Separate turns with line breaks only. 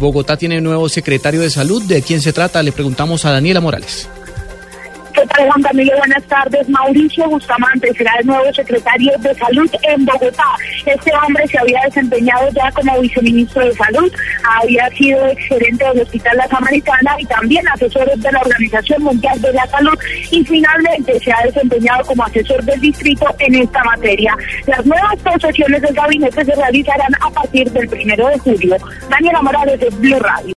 Bogotá tiene un nuevo secretario de salud. ¿De quién se trata? Le preguntamos a Daniela Morales.
¿Qué tal, Juan Camilo? Buenas tardes. Mauricio Bustamante será el nuevo secretario de Salud en Bogotá. Este hombre se había desempeñado ya como viceministro de Salud, había sido excelente del Hospital La Samaritana y también asesor de la Organización Mundial de la Salud y finalmente se ha desempeñado como asesor del distrito en esta materia. Las nuevas posesiones del gabinete se realizarán a partir del primero de julio. Daniela Morales de Blue Radio.